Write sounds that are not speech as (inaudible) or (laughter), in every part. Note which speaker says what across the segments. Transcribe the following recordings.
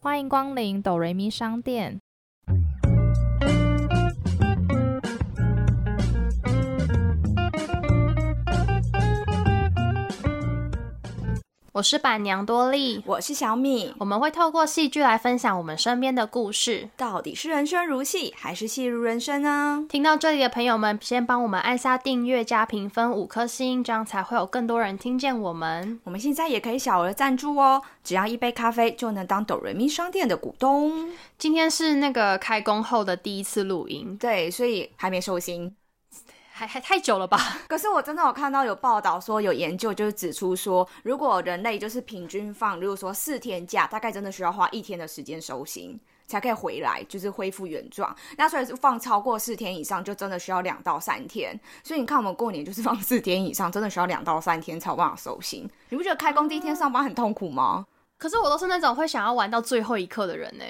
Speaker 1: 欢迎光临哆瑞咪商店。我是板娘多莉，
Speaker 2: 我是小米。
Speaker 1: 我们会透过戏剧来分享我们身边的故事。
Speaker 2: 到底是人生如戏，还是戏如人生呢？
Speaker 1: 听到这里的朋友们，先帮我们按下订阅加评分五颗星，这样才会有更多人听见我们。
Speaker 2: 我们现在也可以小额赞助哦，只要一杯咖啡就能当哆瑞咪商店的股东。
Speaker 1: 今天是那个开工后的第一次录音，
Speaker 2: 对，所以还没收心。
Speaker 1: 还还太久了吧？
Speaker 2: 可是我真的有看到有报道说，有研究就是指出说，如果人类就是平均放，如果说四天假，大概真的需要花一天的时间收心。才可以回来，就是恢复原状。那所以放超过四天以上，就真的需要两到三天。所以你看，我们过年就是放四天以上，真的需要两到三天才有办法收心。你不觉得开工第一天上班很痛苦吗？
Speaker 1: (laughs) 可是我都是那种会想要玩到最后一刻的人呢、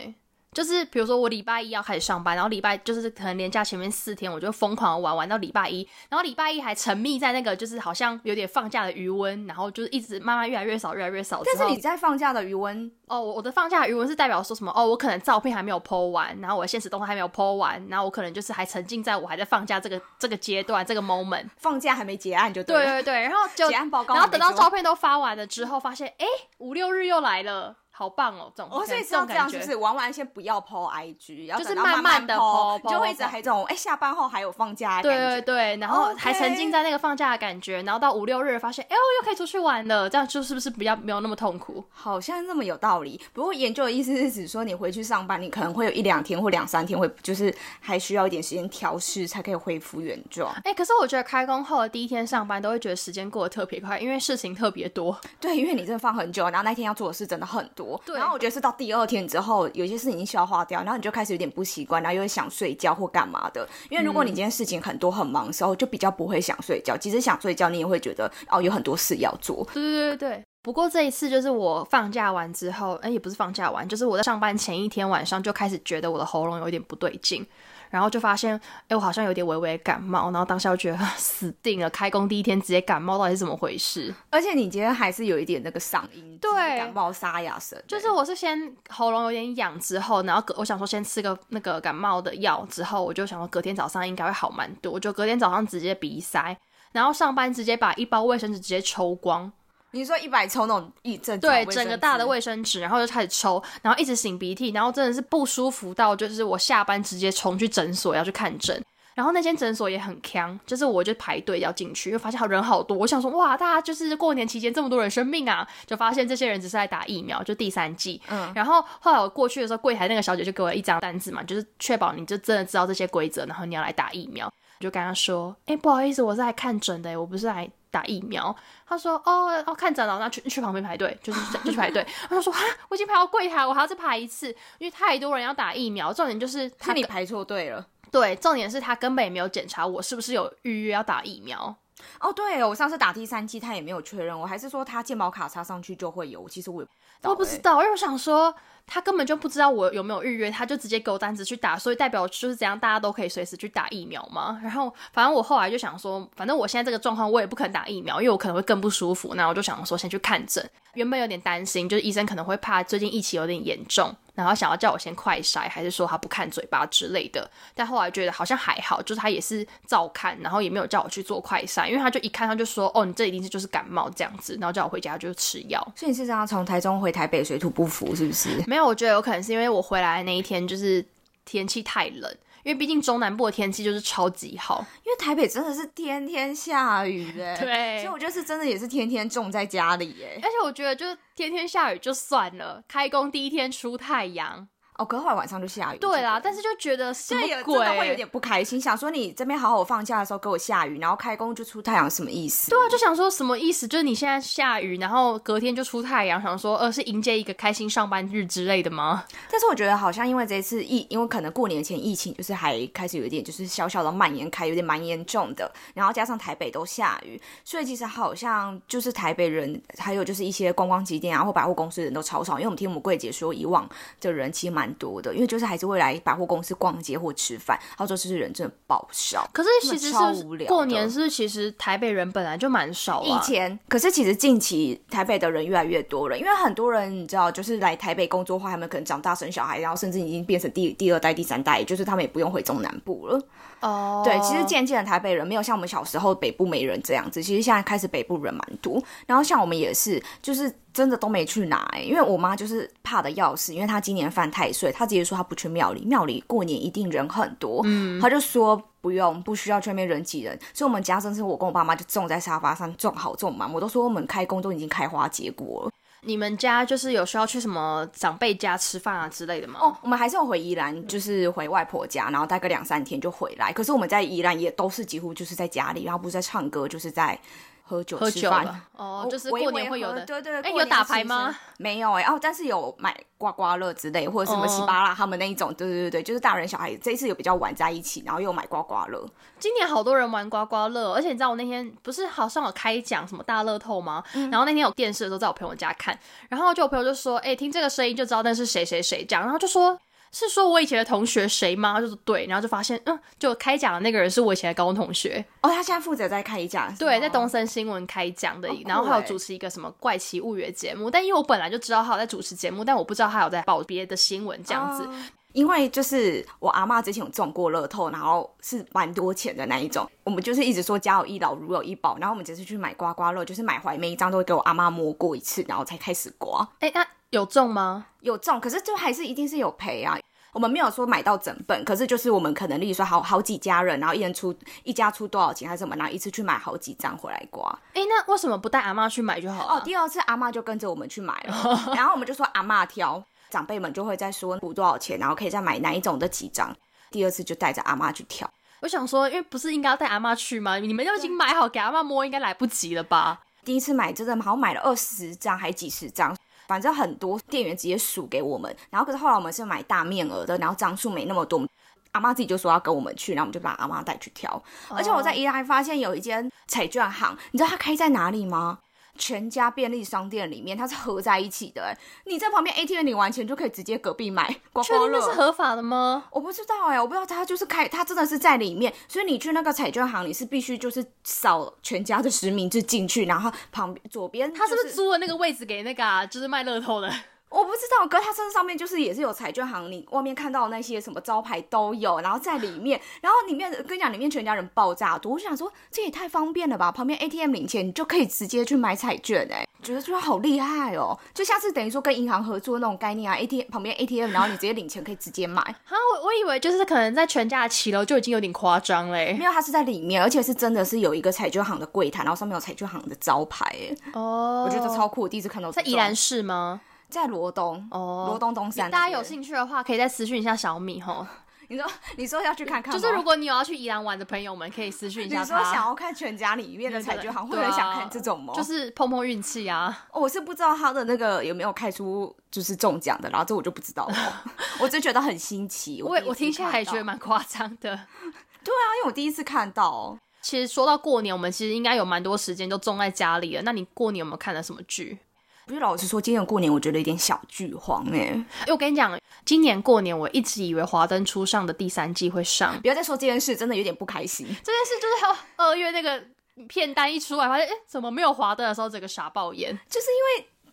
Speaker 1: 就是比如说我礼拜一要开始上班，然后礼拜就是可能连假前面四天，我就疯狂地玩玩到礼拜一，然后礼拜一还沉迷在那个就是好像有点放假的余温，然后就是一直慢慢越来越少，越来越少。
Speaker 2: 但是
Speaker 1: 之后
Speaker 2: 你在放假的余温，
Speaker 1: 哦，我我的放假余文是代表说什么？哦，我可能照片还没有 PO 完，然后我的现实动态还没有 PO 完，然后我可能就是还沉浸在我还在放假这个这个阶段这个 moment。
Speaker 2: 放假还没结案就
Speaker 1: 对对
Speaker 2: 了。
Speaker 1: 对，然后就
Speaker 2: 结案报告
Speaker 1: 然后
Speaker 2: 还没
Speaker 1: 等到
Speaker 2: 做
Speaker 1: 照片都发完了之后，发现哎，五六日又来了，好棒哦！这种
Speaker 2: 哦，所以
Speaker 1: 这
Speaker 2: 是
Speaker 1: 种
Speaker 2: 要这
Speaker 1: 感
Speaker 2: 样，是不
Speaker 1: 觉
Speaker 2: 是？玩完先不要 PO IG，然后
Speaker 1: 就是
Speaker 2: 等到
Speaker 1: 慢
Speaker 2: 慢
Speaker 1: 慢地
Speaker 2: po，
Speaker 1: po，
Speaker 2: 你就
Speaker 1: po，
Speaker 2: 会一直
Speaker 1: po
Speaker 2: 还有这种哎、下班后还有放假的
Speaker 1: 对
Speaker 2: 感觉
Speaker 1: 对对，然后
Speaker 2: OK
Speaker 1: 还沉浸在那个放假的感觉，然后到五六日发现，哎呦，又可以出去玩了，这样就是不是比较没有那么痛苦？
Speaker 2: 好像这么有道理。不过研究的意思是指说，你回去上班，你可能会有一两天或两三天会，就是还需要一点时间调试，才可以恢复原
Speaker 1: (laughs)
Speaker 2: 状。
Speaker 1: 哎、可是我觉得开工后的第一天上班，都会觉得时间过得特别快，因为事情特别多。
Speaker 2: 对，因为你真的放很久，然后那天要做的事真的很多。
Speaker 1: 对
Speaker 2: 然后我觉得是到第二天之后，有些事已经消化掉，然后你就开始有点不习惯，然后又会想睡觉或干嘛的。因为如果你今天事情很多很忙的时候，就比较不会想睡觉。即使想睡觉，你也会觉得哦，有很多事要做。
Speaker 1: 对对对对对。不过这一次就是我放假完之后，哎，也不是放假完，就是我在上班前一天晚上就开始觉得我的喉咙有点不对劲，然后就发现，哎，我好像有点微微感冒，然后当下就觉得 (laughs) 死定了，开工第一天直接感冒，到底是怎么回事？
Speaker 2: 而且你今天还是有一点那个嗓音，
Speaker 1: 对
Speaker 2: 就是感冒沙哑声，
Speaker 1: 就是我是先喉咙有点痒之后，然后隔我想说先吃个那个感冒的药，之后我就想说隔天早上应该会好蛮多，我就隔天早上直接鼻塞，然后上班直接把一包卫生纸直接抽光，
Speaker 2: 你说一百抽那种一整
Speaker 1: 对，
Speaker 2: 条
Speaker 1: 整个大的
Speaker 2: 卫
Speaker 1: 卫生纸，然后就开始抽，然后一直擤鼻涕，然后真的是不舒服到就是我下班直接冲去诊所要去看诊。然后那间诊所也很坑，就是我就排队要进去，又发现好人好多。我想说，哇，大家就是过年期间这么多人生病啊，就发现这些人只是在打疫苗，就第三剂。
Speaker 2: 嗯
Speaker 1: 然后后来我过去的时候，柜台那个小姐就给我一张单子嘛，就是确保你就真的知道这些规则，然后你要来打疫苗。我就跟她说，哎、不好意思，我是来看诊的，我不是来打疫苗。她说，哦哦，看诊了，那去去旁边排队，就是就去排队。我就说，哈，我已经排到柜台，我还要再排一次，因为太多人要打疫苗。重点就是
Speaker 2: 是
Speaker 1: 他
Speaker 2: 你排错队了。
Speaker 1: 对，重点是他根本也没有检查我是不是有预约要打疫苗。
Speaker 2: 哦，对，我上次打第三季他也没有确认，我还是说他健保卡插上去就会有，其实我也不知道、欸
Speaker 1: 我不知道，因为我想说，他根本就不知道我有没有预约，他就直接给我单子去打，所以代表就是怎样，大家都可以随时去打疫苗嘛。然后，反正我后来就想说，反正我现在这个状况，我也不肯打疫苗，因为我可能会更不舒服。那我就想说，先去看诊。原本有点担心，就是医生可能会怕最近疫情有点严重，然后想要叫我先快筛，还是说他不看嘴巴之类的。但后来觉得好像还好，就是他也是照看，然后也没有叫我去做快筛，因为他就一看他就说，哦，你这一定是就是感冒这样子，然后叫我回家就吃药。
Speaker 2: 所以你是让他从台中回台北水土不服，是不是？
Speaker 1: (laughs) 没有，我觉得有可能是因为我回来那一天就是天气太冷，因为毕竟中南部的天气就是超级
Speaker 2: (laughs)
Speaker 1: 好。
Speaker 2: 因为台北真的是天天下 (laughs) 雨哎、
Speaker 1: 对
Speaker 2: 所以我就是真的也是天天种在家里哎、
Speaker 1: 而且我觉得就是天天下雨就算了，开工第一天出太阳，
Speaker 2: 哦，隔会晚上就下雨。
Speaker 1: 对啦，
Speaker 2: 我记得
Speaker 1: 但是就觉得什
Speaker 2: 这也
Speaker 1: 么
Speaker 2: 真
Speaker 1: 鬼？
Speaker 2: 的会有点不开心，想说你这边好好放假的时候给我下雨，然后开工就出太阳，什么意思？
Speaker 1: 对啊，就想说什么意思？就是你现在下雨，然后隔天就出太阳，想说呃是迎接一个开心上班日之类的吗？
Speaker 2: 但是我觉得好像因为这一次疫，因为可能过年前疫情就是还开始有一点就是小小的蔓延开，有点蛮严重的，然后加上台北都下雨，所以其实好像就是台北人还有就是一些观光景点啊或百货公司的人都超少，因为我们听我们柜姐说，以往的人其实蛮蛮多的，因为就是还是会来百货公司逛街或吃饭。澳洲就是人真的爆少，
Speaker 1: 可是其实
Speaker 2: 他们
Speaker 1: 是
Speaker 2: 超无
Speaker 1: 不是
Speaker 2: 聊的
Speaker 1: 过年是不是其实台北人本来就蛮少
Speaker 2: 以
Speaker 1: 啊，
Speaker 2: 前，可是其实近期台北的人越来越多了，因为很多人你知道，就是来台北工作的话，他们可能长大生小孩，然后甚至已经变成第第二代、第三代，也就是他们也不用回中南部了。
Speaker 1: 哦，
Speaker 2: 对，其实渐渐的台北人没有像我们小时候北部没人这样子，其实现在开始北部人蛮多。然后像我们也是，就是真的都没去哪、欸，因为我妈就是怕的要死，因为她今年犯太岁，她直接说她不去庙里，庙里过年一定人很多，嗯，她就说。不用，不需要去那边人挤人，所以我们家真是我跟我爸妈就种在沙发上，种好种满。我都说我们开工都已经开花结果了。
Speaker 1: 你们家就是有需要去什么长辈家吃饭啊之类的吗？
Speaker 2: 哦，我们还是有回宜兰，就是回外婆家，然后待个两三天就回来。可是我们在宜兰也都是几乎就是在家里，然后不是在唱歌，就是在喝酒
Speaker 1: 喝
Speaker 2: 吃
Speaker 1: 酒
Speaker 2: 饭 (laughs)
Speaker 1: 了哦，
Speaker 2: 我
Speaker 1: 就是
Speaker 2: 微
Speaker 1: 过
Speaker 2: 微
Speaker 1: 年会有
Speaker 2: 喝
Speaker 1: 的。
Speaker 2: 对对
Speaker 1: 哎
Speaker 2: 过
Speaker 1: 有
Speaker 2: 年
Speaker 1: 打
Speaker 2: 吃
Speaker 1: 牌
Speaker 2: 一些
Speaker 1: 吗？
Speaker 2: 没有哎、哦，但是有买刮刮乐之类，或者什么
Speaker 1: 哦
Speaker 2: 喜巴拉他们那一种，对对对对，就是大人小孩这一次有比较玩在一起，然后又买刮刮乐，
Speaker 1: 今年好多人玩刮刮乐，哦而且你知道我那天不是好像有开奖什么大乐透吗？
Speaker 2: 嗯
Speaker 1: 然后那天有电视的时候在我朋友家看，然后就我朋友就说：“哎、听这个声音就知道那是谁谁谁奖。”然后就说。是说我以前的同学谁吗？他就说对，然后就发现，嗯，就开奖的那个人是我以前的高中同学，
Speaker 2: 哦，他现在负责在开奖，是
Speaker 1: 对，
Speaker 2: 吗
Speaker 1: 在东森新闻开讲的
Speaker 2: 好酷，
Speaker 1: 然后还有
Speaker 2: 欸
Speaker 1: 主持一个什么怪奇物语节目，但因为我本来就知道他有在主持节目，但我不知道他有在报别的新闻这样子，
Speaker 2: 哦因为就是我阿嬷之前有中过乐透，然后是蛮多钱的那一种。我们就是一直说家有一老如有一宝，然后我们只是去买刮刮乐，就是买怀每一张都会给我阿妈摸过一次，然后才开始刮。
Speaker 1: 哎、那有中吗？
Speaker 2: 有中，可是就还是一定是有赔啊。我们没有说买到整本，可是就是我们可能例如说好好几家人，然后一人出一家出多少钱还是什么，然后一次去买好几张回来刮。
Speaker 1: 哎、那为什么不带阿妈去买就好了、啊
Speaker 2: 哦，第二次阿嬷就跟着我们去买
Speaker 1: (laughs)
Speaker 2: 了，然后我们就说阿嬷挑，长辈们就会再说补多少钱，然后可以再买哪一种的几张。第二次就带着阿嬷去挑。
Speaker 1: 我想说，因为不是应该要带阿妈去吗？你们都已经买好给阿妈摸，应该来不及了吧？
Speaker 2: 第一次买真的好像买了二十张还几十张，反正很多店员直接数给我们。然后可是后来我们是买大面额的，然后张数没那么多。阿妈自己就说要跟我们去，然后我们就把阿妈带去挑。而且我在宜兰还发现有一间彩券行，你知道它开在哪里吗？全家便利商店里面，它是合在一起的、欸。你在旁边 ATM 领完钱就可以直接隔壁买刮
Speaker 1: 确
Speaker 2: 刮
Speaker 1: 定那是
Speaker 2: 乐。
Speaker 1: 合法的吗？
Speaker 2: 我不知道哎、我不知道它就是开，它真的是在里面。所以你去那个彩券行，你是必须就是扫全家的实名制进去，然后旁边左边、
Speaker 1: 他是不
Speaker 2: 就是
Speaker 1: 租了那个位置给那个、啊、就是卖乐透的？ (laughs)
Speaker 2: 我不知道，哥，他身上面就是也是有彩券行，你外面看到的那些什么招牌都有，然后在里面，然后里面跟你讲，里面全家人爆炸多，我想说这也太方便了吧，旁边 ATM 领钱，你就可以直接去买彩券、欸，哎，觉得就好厉害哦，就下次等于说跟银行合作那种概念啊，ATM 旁边 ATM，然后你直接领钱可以直接买，
Speaker 1: 哈，我我以为就是可能在全家的骑楼就已经有点夸张嘞。
Speaker 2: 没有，它是在里面，而且是真的是有一个彩券行的柜台，然后上面有彩券行的招牌、欸，
Speaker 1: 哦，
Speaker 2: 我觉得超酷，我第一次看到这
Speaker 1: 在
Speaker 2: 种，
Speaker 1: 宜兰市吗？
Speaker 2: 在罗东，
Speaker 1: 哦
Speaker 2: 罗东东山，
Speaker 1: 大家有。兴趣的话，可以再私讯一下小米吼。
Speaker 2: 你说 (laughs) 你说要去看看
Speaker 1: 就
Speaker 2: 吗，
Speaker 1: 是如果你有要去宜兰玩的朋友们，可以私讯一
Speaker 2: 你
Speaker 1: 下
Speaker 2: 说
Speaker 1: 他。
Speaker 2: 想要看全家里面的彩券行，会有人想看这种吗？
Speaker 1: 啊就
Speaker 2: 就是、
Speaker 1: 是碰碰运气啊。
Speaker 2: 我是不知道他的那个有没有开出就是中奖的，然后这我就不知道了。
Speaker 1: (laughs)
Speaker 2: 我只觉得很新奇。
Speaker 1: 我也我
Speaker 2: 第一
Speaker 1: 听
Speaker 2: 次
Speaker 1: 起来
Speaker 2: 看
Speaker 1: 也觉得
Speaker 2: 到
Speaker 1: 蛮夸张的。
Speaker 2: 啊，因为我第一次看到。
Speaker 1: 其实说到过年，我们其实应该有蛮多时间都种在家里了。那你过年有没有看了什么剧？
Speaker 2: 不是老实说，今年过年我觉得有点小剧荒哎、
Speaker 1: 哎、我跟你讲，今年过年我一直以为《华灯初上》的第三季会上，
Speaker 2: 不要再说这件事，真的有点不开心。
Speaker 1: 这件事就是还有二月那个片单一出来，发现哎、诶怎么没有华灯的时候，整个傻爆眼。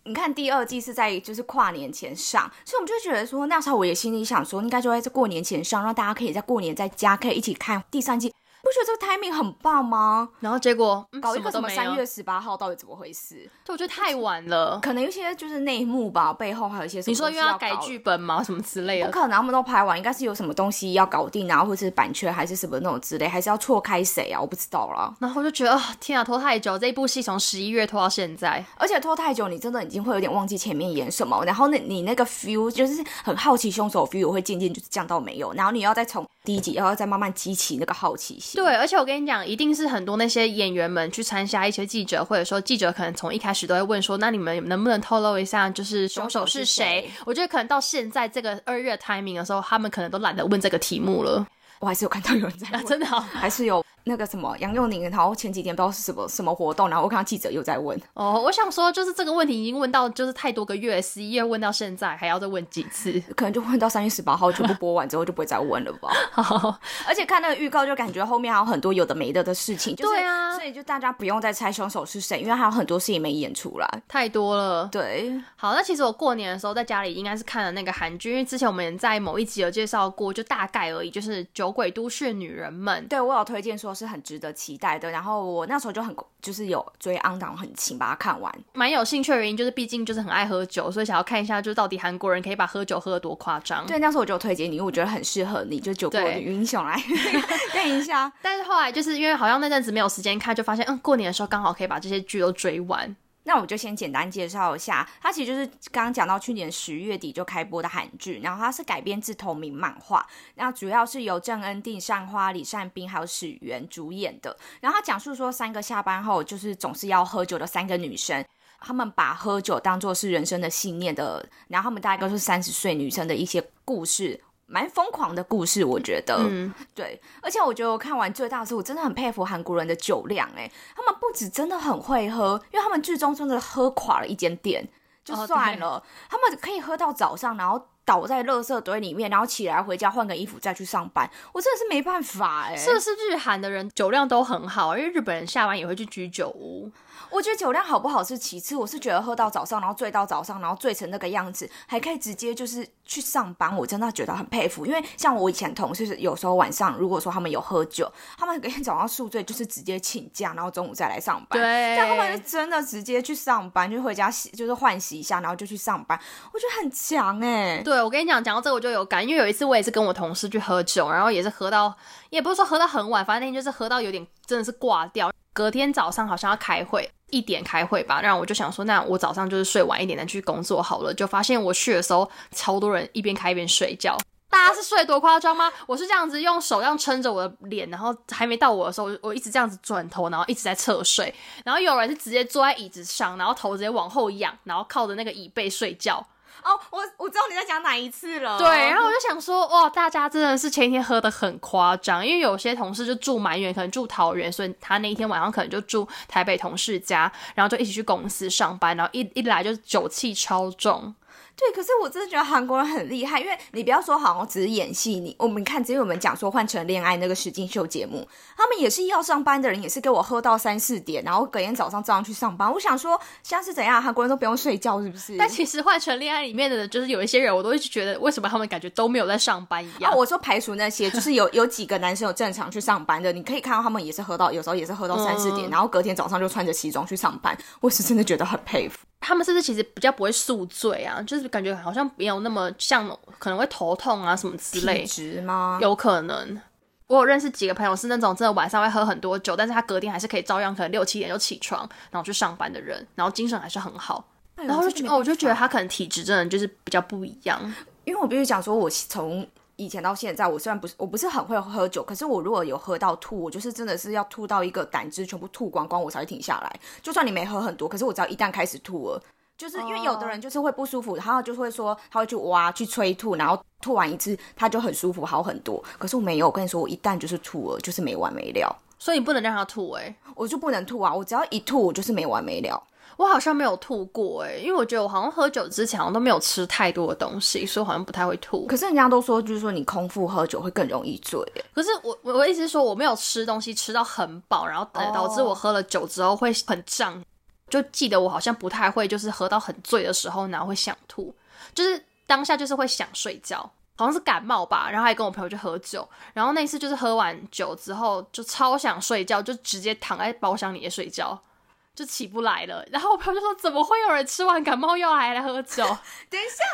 Speaker 2: 你看第二季是在就是跨年前上，所以我们就觉得说那时候我也心里想说，应该就会在过年前上，让大家可以在过年在家可以一起看第三季。不觉得这个 timing 很棒吗？
Speaker 1: 然后结果、嗯、
Speaker 2: 搞一
Speaker 1: 什
Speaker 2: 个什
Speaker 1: 么都没
Speaker 2: 么
Speaker 1: 有
Speaker 2: 三月，十八号到底怎么回事？
Speaker 1: 对，我觉得太晚了。
Speaker 2: 可能有一些就是内幕吧，背后还有一些什么
Speaker 1: 你说又
Speaker 2: 东西要
Speaker 1: 要改
Speaker 2: 搞，
Speaker 1: 剧本吗？什么之类
Speaker 2: 不
Speaker 1: 的？
Speaker 2: 可能他们都拍完，应该是有什么东西要搞定啊，或者是版权还是什么那种之类，还是要错开谁啊？我不知道啦。
Speaker 1: 然后我就觉得，啊天啊，拖太久！这一部戏从十一月拖到现在，
Speaker 2: 而且拖太久，你真的已经会有点忘记前面演什么，然后那你那个 feel 就是很好奇凶手 feel 会渐渐就是降到没有，然后你要再从第一集，然后再慢慢激起那个好奇心。
Speaker 1: 对，而且我跟你讲，一定是很多那些演员们去参加一些记者，或者说记者可能从一开始都会问说，那你们能不能透露一下，就是凶手是谁
Speaker 2: 凶手是？
Speaker 1: 我觉得可能到现在这个二月 timing 的时候，他们可能都懒得问这个题目了。
Speaker 2: (laughs) 我还是有看到有人在
Speaker 1: (laughs)
Speaker 2: 问、
Speaker 1: 啊、真的、哦，
Speaker 2: 还是有。那个什么杨佑宁，然后前几天不知道是什么什么活动，然后我看到记者又在问，
Speaker 1: 哦，我想说，就是这个问题已经问到，就是太多个月，十一月问到现在，还要再问几 (laughs) 次？
Speaker 2: 可能就问到三月十八号全部播完之后就不会再问了吧。
Speaker 1: 好，
Speaker 2: (laughs) 而且看那个预告就感觉后面还有很多有的没的的事情，就是、
Speaker 1: 对啊
Speaker 2: 所以就大家不用再猜凶手是谁，因为还有很多事情没演出来。
Speaker 1: 太多了。
Speaker 2: 对，
Speaker 1: 好，那其实我过年的时候在家里应该是看了那个韩剧，因为之前我们在某一集有介绍过，就大概而已，就是《酒鬼都市女人们》。
Speaker 2: 对我有推荐说是很值得期待的，然后我那时候就很就是有追昂档很勤把它看完。
Speaker 1: 蛮有兴趣的原因就是，毕竟就是很爱喝酒，所以想要看一下，就是到底韩国人可以把喝酒喝得多夸张。
Speaker 2: 对，那时候我就有推荐你，因为我觉得很适合你，就酒国
Speaker 1: 对
Speaker 2: 女英雄来 (laughs) 看一下。
Speaker 1: 但是后来就是因为好像那阵子没有时间看，就发现嗯，过年的时候刚好可以把这些剧都追完。
Speaker 2: 那我就先简单介绍一下，它其实就是刚刚讲到去年十月底就开播的韩剧，然后它是改编自同名漫画，那主要是由郑恩定、善花、李善彬还有史源主演的。然后它讲述说三个下班后就是总是要喝酒的三个女生。她们把喝酒当做是人生的信念的，然后她们大概都是三十岁女生的一些故事，蛮疯狂的故事，我觉得。
Speaker 1: 嗯，
Speaker 2: 对，而且我觉得我看完最大的是，我真的很佩服韩国人的酒量、欸，他们不止真的很会喝，因为他们剧中真的喝垮了一间店，就
Speaker 1: 哦
Speaker 2: 算
Speaker 1: 对
Speaker 2: 了，他们可以喝到早上，然后倒在垃圾堆里面，然后起来回家换个衣服再去上班，我真的是没办法、欸，哎，
Speaker 1: 是不是日韩的人酒量都很好？因为日本人下班也会去居酒屋。
Speaker 2: 我觉得酒量好不好是其次，我是觉得喝到早上，然后醉到早上，然后醉成那个样子，还可以直接就是去上班，我真的觉得很佩服。因为像我以前同事，有时候晚上如果说他们有喝酒，他们隔天早上宿醉就是直接请假，然后中午再来上班。
Speaker 1: 对，
Speaker 2: 但他们是真的直接去上班，就回家洗，就是换洗一下，然后就去上班。我觉得很强哎、
Speaker 1: 对，我跟你讲，讲到这个我就有感，因为有一次我也是跟我同事去喝酒，然后也是喝到，也不是说喝到很晚，反正那天就是喝到有点真的是挂掉。隔天早上好像要开会，一点开会吧，然后我就想说，那我早上就是睡晚一点再去工作好了。就发现我去的时候，超多人一边开一边睡觉。大家是睡得多夸张吗？我是这样子用手这样撑着我的脸，然后还没到我的时候，我我一直这样子转头，然后一直在侧睡。然后有人是直接坐在椅子上，然后头直接往后仰，然后靠着那个椅背睡觉。
Speaker 2: 哦，我我知道你在讲哪一次了。
Speaker 1: 对，然后我就想说，哇，大家真的是前一天喝的很夸张，因为有些同事就住蛮远，可能住桃园，所以他那一天晚上可能就住台北同事家，然后就一起去公司上班，然后一一来就酒气超重。
Speaker 2: 对，可是我真的觉得韩国人很厉害，因为你不要说好像只是演戏，你我们看之前我们讲说换成恋爱那个实境秀节目，他们也是要上班的人，也是给我喝到三四点，然后隔天早上照样去上班。我想说，现在是怎样，韩国人都不用睡觉是不是？
Speaker 1: 但其实换成恋爱里面的，就是有一些人，我都会觉得为什么他们感觉都没有在上班一样。
Speaker 2: (laughs) 啊，我说排除那些，就是有有几个男生有正常去上班的，你可以看到他们也是喝到，有时候也是喝到三四
Speaker 1: 嗯
Speaker 2: 点，然后隔天早上就穿着西装去上班，我是真的觉得很佩服。
Speaker 1: 他们是不是其实比较不会宿醉啊？就是感觉好像没有那么像，可能会头痛啊什么之类
Speaker 2: 体。质吗？
Speaker 1: 有可能。我有认识几个朋友是那种真的晚上会喝很多酒，但是他隔天还是可以照样可能六七点就起床，然后去上班的人，然后精神还是很好。
Speaker 2: 哎呦
Speaker 1: 然后就
Speaker 2: 这
Speaker 1: 觉
Speaker 2: 个
Speaker 1: 得
Speaker 2: 没
Speaker 1: 哦，我就
Speaker 2: 办
Speaker 1: 觉得
Speaker 2: 法
Speaker 1: 他可能体质真的就是比较不一样。
Speaker 2: 因为我必须讲说，我从以前到现在，我虽然不是我不是很会喝酒，可是我如果有喝到吐，我就是真的是要吐到一个胆汁全部吐光光，我才会停下来。就算你没喝很多，可是我只要一旦开始吐了。就是因为有的人就是会不舒服，然后就会说他会去挖去催吐，然后吐完一次他就很舒服好很多。可是我没有，我跟你说，我一旦就是吐了，就是没完没了，
Speaker 1: 所以你不能让他吐哎、
Speaker 2: 我就不能吐啊！我只要一吐，我就是没完没了。
Speaker 1: 我好像没有吐过哎、因为我觉得我好像喝酒之前好像都没有吃太多的东西，所以我好像不太会吐。
Speaker 2: 可是人家都说，就是说你空腹喝酒会更容易醉，
Speaker 1: 可是我我我的意思是说，我没有吃东西吃到很饱，然后导
Speaker 2: 哦
Speaker 1: 导致我喝了酒之后会很胀。就记得我好像不太会，就是喝到很醉的时候，然后会想吐，就是当下就是会想睡觉，好像是感冒吧。然后还跟我朋友去喝酒，然后那一次就是喝完酒之后就超想睡觉，就直接躺在包厢里面睡觉。就起不来了，然后我朋友就说：“怎么会有人吃完感冒药还来喝酒？
Speaker 2: 等一下，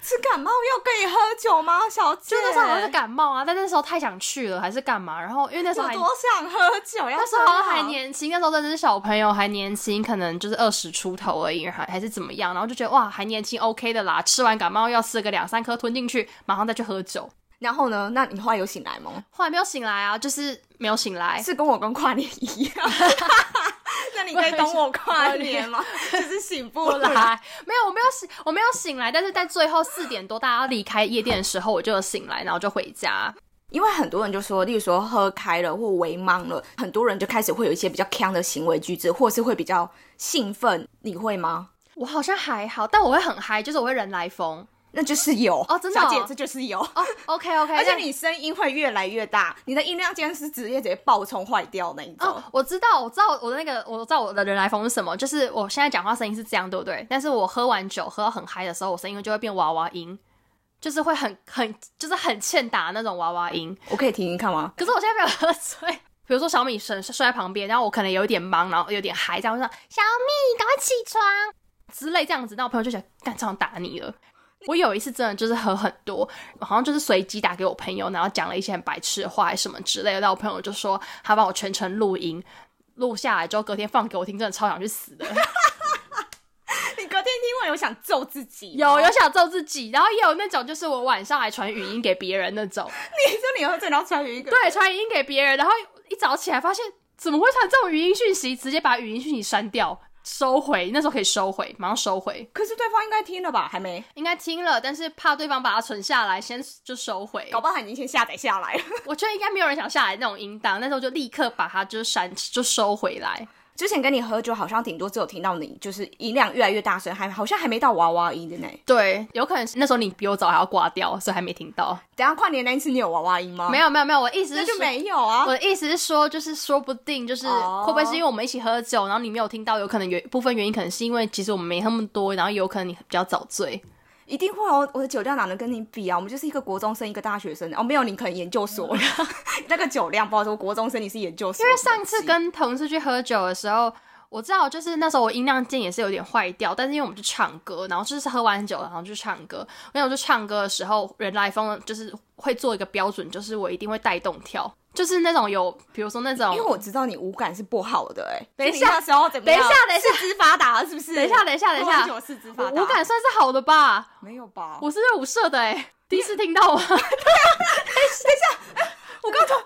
Speaker 2: 吃感冒药可以喝酒吗，小姐？
Speaker 1: 就那时候好像是感冒啊，但那时候太想去了，还是干嘛？然后因为那时候
Speaker 2: 有
Speaker 1: 还
Speaker 2: 多想喝酒，要
Speaker 1: 那时候
Speaker 2: 这
Speaker 1: 还
Speaker 2: 样
Speaker 1: 年轻，那时候真的是小朋友，还年轻，可能就是二十出头而已，还还是怎么样，然后就觉得哇，还年轻，OK 的啦。吃完感冒药吃个两三颗吞进去，马上再去喝酒。
Speaker 2: 然后呢？那你后来有醒来吗？
Speaker 1: 后来没有醒来啊，就是没有醒来。
Speaker 2: 是跟我跟跨年一 (laughs) 样。那你可以懂我跨年吗？ (laughs) 就是醒不
Speaker 1: 后
Speaker 2: 来。
Speaker 1: 来 (laughs) 没有，我没有醒，我没有醒来，但是在最后四点多大家要离开夜店的时候，我就有醒来，然后就回家。
Speaker 2: (laughs) 因为很多人就说，例如说喝开了或微茫了，很多人就开始会有一些比较强的行为举止，或是会比较兴奋。你会吗？
Speaker 1: 我好像还好，但我会很嗨，就是我会人来疯。
Speaker 2: 那就是有
Speaker 1: 哦真的哦
Speaker 2: 小姐，这就是有。
Speaker 1: 哦，OK (laughs) OK，
Speaker 2: (laughs) 而且你声音会越来越大，你的音量间是直接直接爆冲坏掉那一种。
Speaker 1: 哦，
Speaker 2: (laughs)
Speaker 1: 我知道，我知道我的那个，我知道我的人来疯是什么，就是我现在讲话声音是这样，对不对？但是我喝完酒喝到很嗨的时候，我声音就会变娃娃音，就是会很很就是很欠打那种娃娃音。
Speaker 2: 我可以听听看吗？
Speaker 1: 可是我现在没有喝醉。 (laughs) 比如说小米睡睡在旁边，然后我可能有一点忙，然后有点嗨，这样我就说小米赶快起床之类这样子，那我朋友就想干这样打你了。我有一次真的就是喝很多，好像就是随机打给我朋友，然后讲了一些很白痴的话还是什么之类的，然后我朋友就说他帮我全程录音，录下来之后隔天放给我听，真的超想去死的。
Speaker 2: 你隔天听完有想揍自己吗？
Speaker 1: 有有想揍自己，然后也有那种就是我晚上还传语音给别人那种，
Speaker 2: 你说你喝醉然后穿雨
Speaker 1: (laughs)
Speaker 2: 衣，
Speaker 1: 对，传语音给别人，然后一早起来发现怎么会传这种语音讯息，直接把语音讯息删掉。收回，那时候可以收回，马上收回。
Speaker 2: 可是对方应该听了吧？还没，
Speaker 1: 应该听了，但是怕对方把它存下来，先就收回。
Speaker 2: 搞不好他已经先下载下来了。
Speaker 1: 我觉得应该没有人想下来那种音档，那时候就立刻把它就是删，就收回来。
Speaker 2: (laughs) 之前跟你喝酒，好像顶多只有听到你就是音量越来越大声，还好像还没到娃娃音的呢。
Speaker 1: 对，有可能是那时候你比我早还要挂掉，所以还没听到。
Speaker 2: 等一下跨年那一次你有娃娃音吗？
Speaker 1: 没
Speaker 2: 有，
Speaker 1: 有哦没有没有，我意思
Speaker 2: 那
Speaker 1: 是
Speaker 2: 就
Speaker 1: 说。
Speaker 2: 没有啊
Speaker 1: 我。的意思是说，就是说不定，就是
Speaker 2: 哦
Speaker 1: 会不会是因为我们一起喝酒，然后你没有听到，有可能原部分原因可能是因为其实我们没那么多，然后有可能你比较早醉。
Speaker 2: 一定会哦，我的酒量哪能跟你比啊？我们就是一个国中生，一个大学生哦，没有你可能研究 (laughs) 所嗯那个酒量，不好说。国中生你是研究所，
Speaker 1: 因为上次跟同事去喝酒的时候，我知道就是那时候我音量键也是有点坏掉，但是因为我们去唱歌，然后就是喝完酒然后去唱歌，因为我去唱歌的时候，人来疯就是会做一个标准，就是我一定会带动跳，就是那种有比如说那种
Speaker 2: 因为我知道你五感是不好的哎、
Speaker 1: 等一
Speaker 2: 就
Speaker 1: 下
Speaker 2: 你那时候怎么样？
Speaker 1: 等一下等一下
Speaker 2: 四肢发达了是不是？
Speaker 1: 等一下等一下等一下
Speaker 2: 我四肢
Speaker 1: 我
Speaker 2: 发达，
Speaker 1: 我感算是好的吧，
Speaker 2: 没有吧？
Speaker 1: 我是热舞社的哎、第一次听到吗？第一次
Speaker 2: 我刚才
Speaker 1: 听